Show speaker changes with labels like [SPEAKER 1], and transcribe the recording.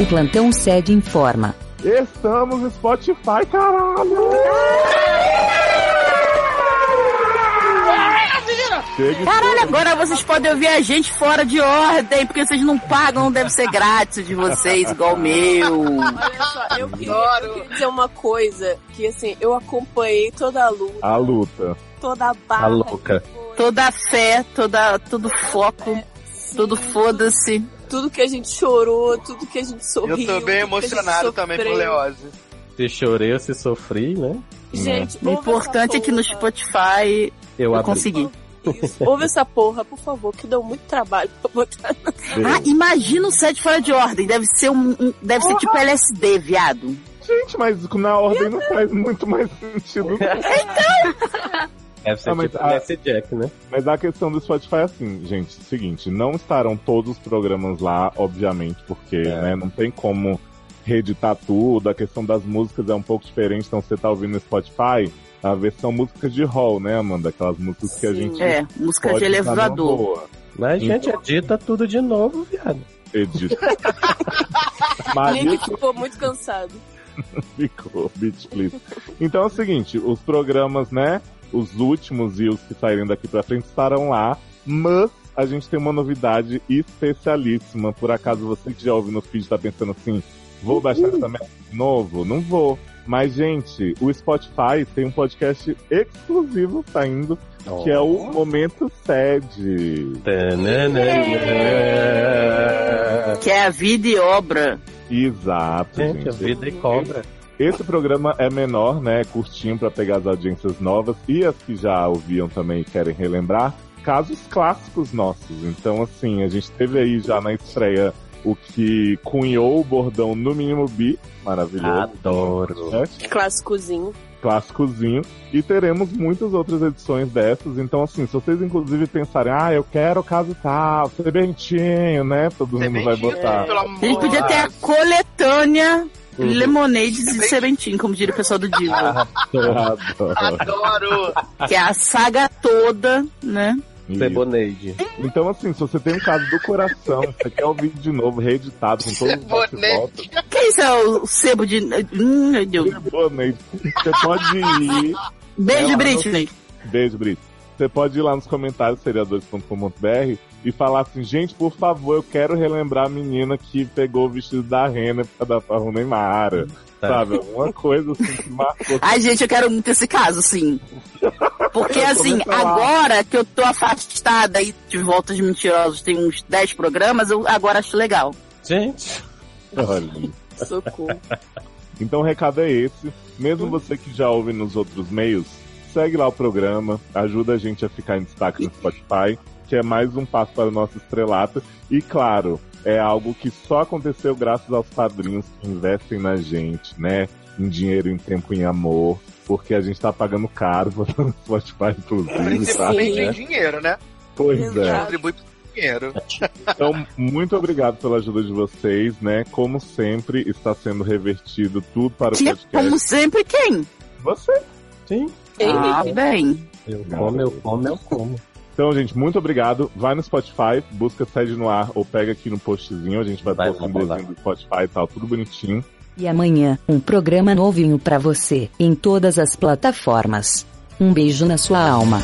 [SPEAKER 1] O plantão sede informa.
[SPEAKER 2] Estamos no Spotify, caralho! Chega e
[SPEAKER 3] Caralho, agora vocês podem ouvir a gente fora de ordem, porque vocês não pagam, não deve ser grátis de vocês, igual o meu.
[SPEAKER 4] Olha só, eu queria, eu queria dizer uma coisa, que assim, eu acompanhei toda a luta,
[SPEAKER 2] a luta.
[SPEAKER 4] toda a
[SPEAKER 3] Tá
[SPEAKER 4] barra.
[SPEAKER 5] A louca.
[SPEAKER 4] que foi,
[SPEAKER 3] Toda a fé, toda, todo foco,
[SPEAKER 4] assim,
[SPEAKER 3] todo foda-se.
[SPEAKER 4] Tudo que a gente chorou, tudo que a gente sorriu.
[SPEAKER 6] Eu tô bem
[SPEAKER 4] tudo que a gente
[SPEAKER 6] emocionado também por
[SPEAKER 4] sofreu.
[SPEAKER 6] Leose.
[SPEAKER 5] Se chorei ou se sofri, né?
[SPEAKER 4] Gente,
[SPEAKER 3] O
[SPEAKER 4] ouve
[SPEAKER 3] importante
[SPEAKER 4] essa
[SPEAKER 3] é que no
[SPEAKER 4] porra.
[SPEAKER 3] Spotify
[SPEAKER 5] Eu,
[SPEAKER 3] eu
[SPEAKER 5] abri.
[SPEAKER 3] consegui.
[SPEAKER 4] Isso, Ouve essa porra, por favor, que deu muito trabalho pra botar.
[SPEAKER 3] Ah, imagina um set fora de ordem. Deve ser um. um- deve ser tipo LSD, viado.
[SPEAKER 2] Gente, mas na ordem não faz muito mais sentido.
[SPEAKER 5] Deve ser
[SPEAKER 2] Ah, mas
[SPEAKER 5] tipo
[SPEAKER 2] a-
[SPEAKER 5] Nancy Jack, né?
[SPEAKER 2] Mas a questão do Spotify é assim, gente, seguinte, não estarão todos os programas lá, obviamente, porque
[SPEAKER 3] É.
[SPEAKER 2] né, não tem como reeditar tudo, a questão das músicas é um pouco diferente, então você tá ouvindo no Spotify, a versão músicas de hall, né, Amanda? Aquelas músicas que a
[SPEAKER 4] Sim.
[SPEAKER 2] gente
[SPEAKER 3] É, música
[SPEAKER 2] pode usar
[SPEAKER 3] de
[SPEAKER 2] numa
[SPEAKER 3] elevador.
[SPEAKER 2] boa.
[SPEAKER 5] Mas,
[SPEAKER 2] Então-
[SPEAKER 5] gente, edita tudo de novo, viado.
[SPEAKER 2] Edita.
[SPEAKER 4] Link
[SPEAKER 3] Ah,
[SPEAKER 2] Maria
[SPEAKER 4] ficou muito cansado.
[SPEAKER 2] ficou, bitch, please. Então é o seguinte, os programas, né, os últimos e os que saírem daqui pra frente estarão lá, mas a gente tem uma novidade especialíssima. Por acaso você que já ouve no feed tá pensando assim, vou baixar essa merda de novo? Não vou. Mas, gente, o Spotify tem um podcast exclusivo saindo, que é o Momento Sede.
[SPEAKER 5] Tananana.
[SPEAKER 3] Que é a vida e obra.
[SPEAKER 2] Exato,
[SPEAKER 5] Gente, a
[SPEAKER 2] gente.
[SPEAKER 5] vida é cobra.
[SPEAKER 2] Esse programa é menor, né? É curtinho pra pegar as audiências novas e as que já ouviam também e querem relembrar. Casos clássicos nossos. Então, assim, a gente teve aí já na estreia o que cunhou o bordão no mínimo bi, maravilhoso.
[SPEAKER 5] Adoro.
[SPEAKER 2] né?
[SPEAKER 4] Que clássicozinho.
[SPEAKER 2] clássicozinho. E teremos muitas outras edições dessas. Então, assim, se vocês inclusive pensarem, ah, eu quero o caso tal, sebentinho, né? Todo mundo vai
[SPEAKER 6] Sementinho,
[SPEAKER 2] botar.
[SPEAKER 6] Pelo
[SPEAKER 3] A gente
[SPEAKER 6] amor
[SPEAKER 3] podia
[SPEAKER 6] de
[SPEAKER 3] ter a
[SPEAKER 6] Deus.
[SPEAKER 3] coletânea
[SPEAKER 5] Uhum.
[SPEAKER 3] Lemonades e Serentim, como diria o pessoal do Diva.
[SPEAKER 5] Adoro.
[SPEAKER 2] Adoro.
[SPEAKER 6] Adoro!
[SPEAKER 3] que é a saga toda, né?
[SPEAKER 2] Isso.
[SPEAKER 5] Ceboneide.
[SPEAKER 2] Então, assim, se você tem um caso do coração, você quer ouvir de novo, reeditado, com todos os bate-voltas,
[SPEAKER 6] Bonete.
[SPEAKER 3] Que isso é o sebo de. Hum, meu Deus.
[SPEAKER 2] Bonete. Você pode ir.
[SPEAKER 3] Beijo,
[SPEAKER 2] Ela
[SPEAKER 3] Britney.
[SPEAKER 2] Beijo, Brito. Você pode ir lá nos comentários, seriadores.com.br, e falar assim, gente, por favor, eu quero relembrar a menina que pegou o vestido da Renner pra dar pra Runa Mara.
[SPEAKER 5] Tá.
[SPEAKER 2] Sabe? Alguma coisa assim que marcou.
[SPEAKER 3] Ai, gente, eu quero muito esse caso, sim. Porque,
[SPEAKER 2] Eu
[SPEAKER 3] assim,
[SPEAKER 2] começo a falar.
[SPEAKER 3] agora que eu tô afastada aí de Voltas Mentirosos, tem uns 10 programas, eu agora acho legal.
[SPEAKER 5] Gente,
[SPEAKER 2] Olha.
[SPEAKER 4] Socorro.
[SPEAKER 2] Então o recado é esse. Mesmo você que já ouve nos outros meios, segue lá o programa, ajuda a gente a ficar em destaque no Spotify, que é mais um passo para o nosso estrelato. E claro, é algo que só aconteceu graças aos padrinhos que investem na gente, né? Em dinheiro, em tempo, em amor. Porque a gente tá pagando caro botando no Spotify, inclusive, sabe?
[SPEAKER 6] Principalmente
[SPEAKER 2] né?
[SPEAKER 6] em dinheiro, né?
[SPEAKER 2] Pois é.
[SPEAKER 6] Contribui pro dinheiro.
[SPEAKER 2] Então, muito obrigado pela ajuda de vocês, né? Como sempre, está sendo revertido tudo para o
[SPEAKER 3] Que,
[SPEAKER 2] podcast.
[SPEAKER 3] como sempre, quem?
[SPEAKER 2] Você
[SPEAKER 5] sim.
[SPEAKER 3] Ah, bem.
[SPEAKER 5] Eu como, eu como, eu como.
[SPEAKER 2] Então, gente, muito obrigado. Vai no Spotify, busca Sede no Ar ou pega aqui no postzinho. A gente vai,
[SPEAKER 5] Vai,
[SPEAKER 2] pôr o
[SPEAKER 5] vai, vai, vai.
[SPEAKER 2] símbolozinho do Spotify e tal, tudo bonitinho.
[SPEAKER 1] E amanhã, um programa novinho pra você, em todas as plataformas. Um beijo na sua alma.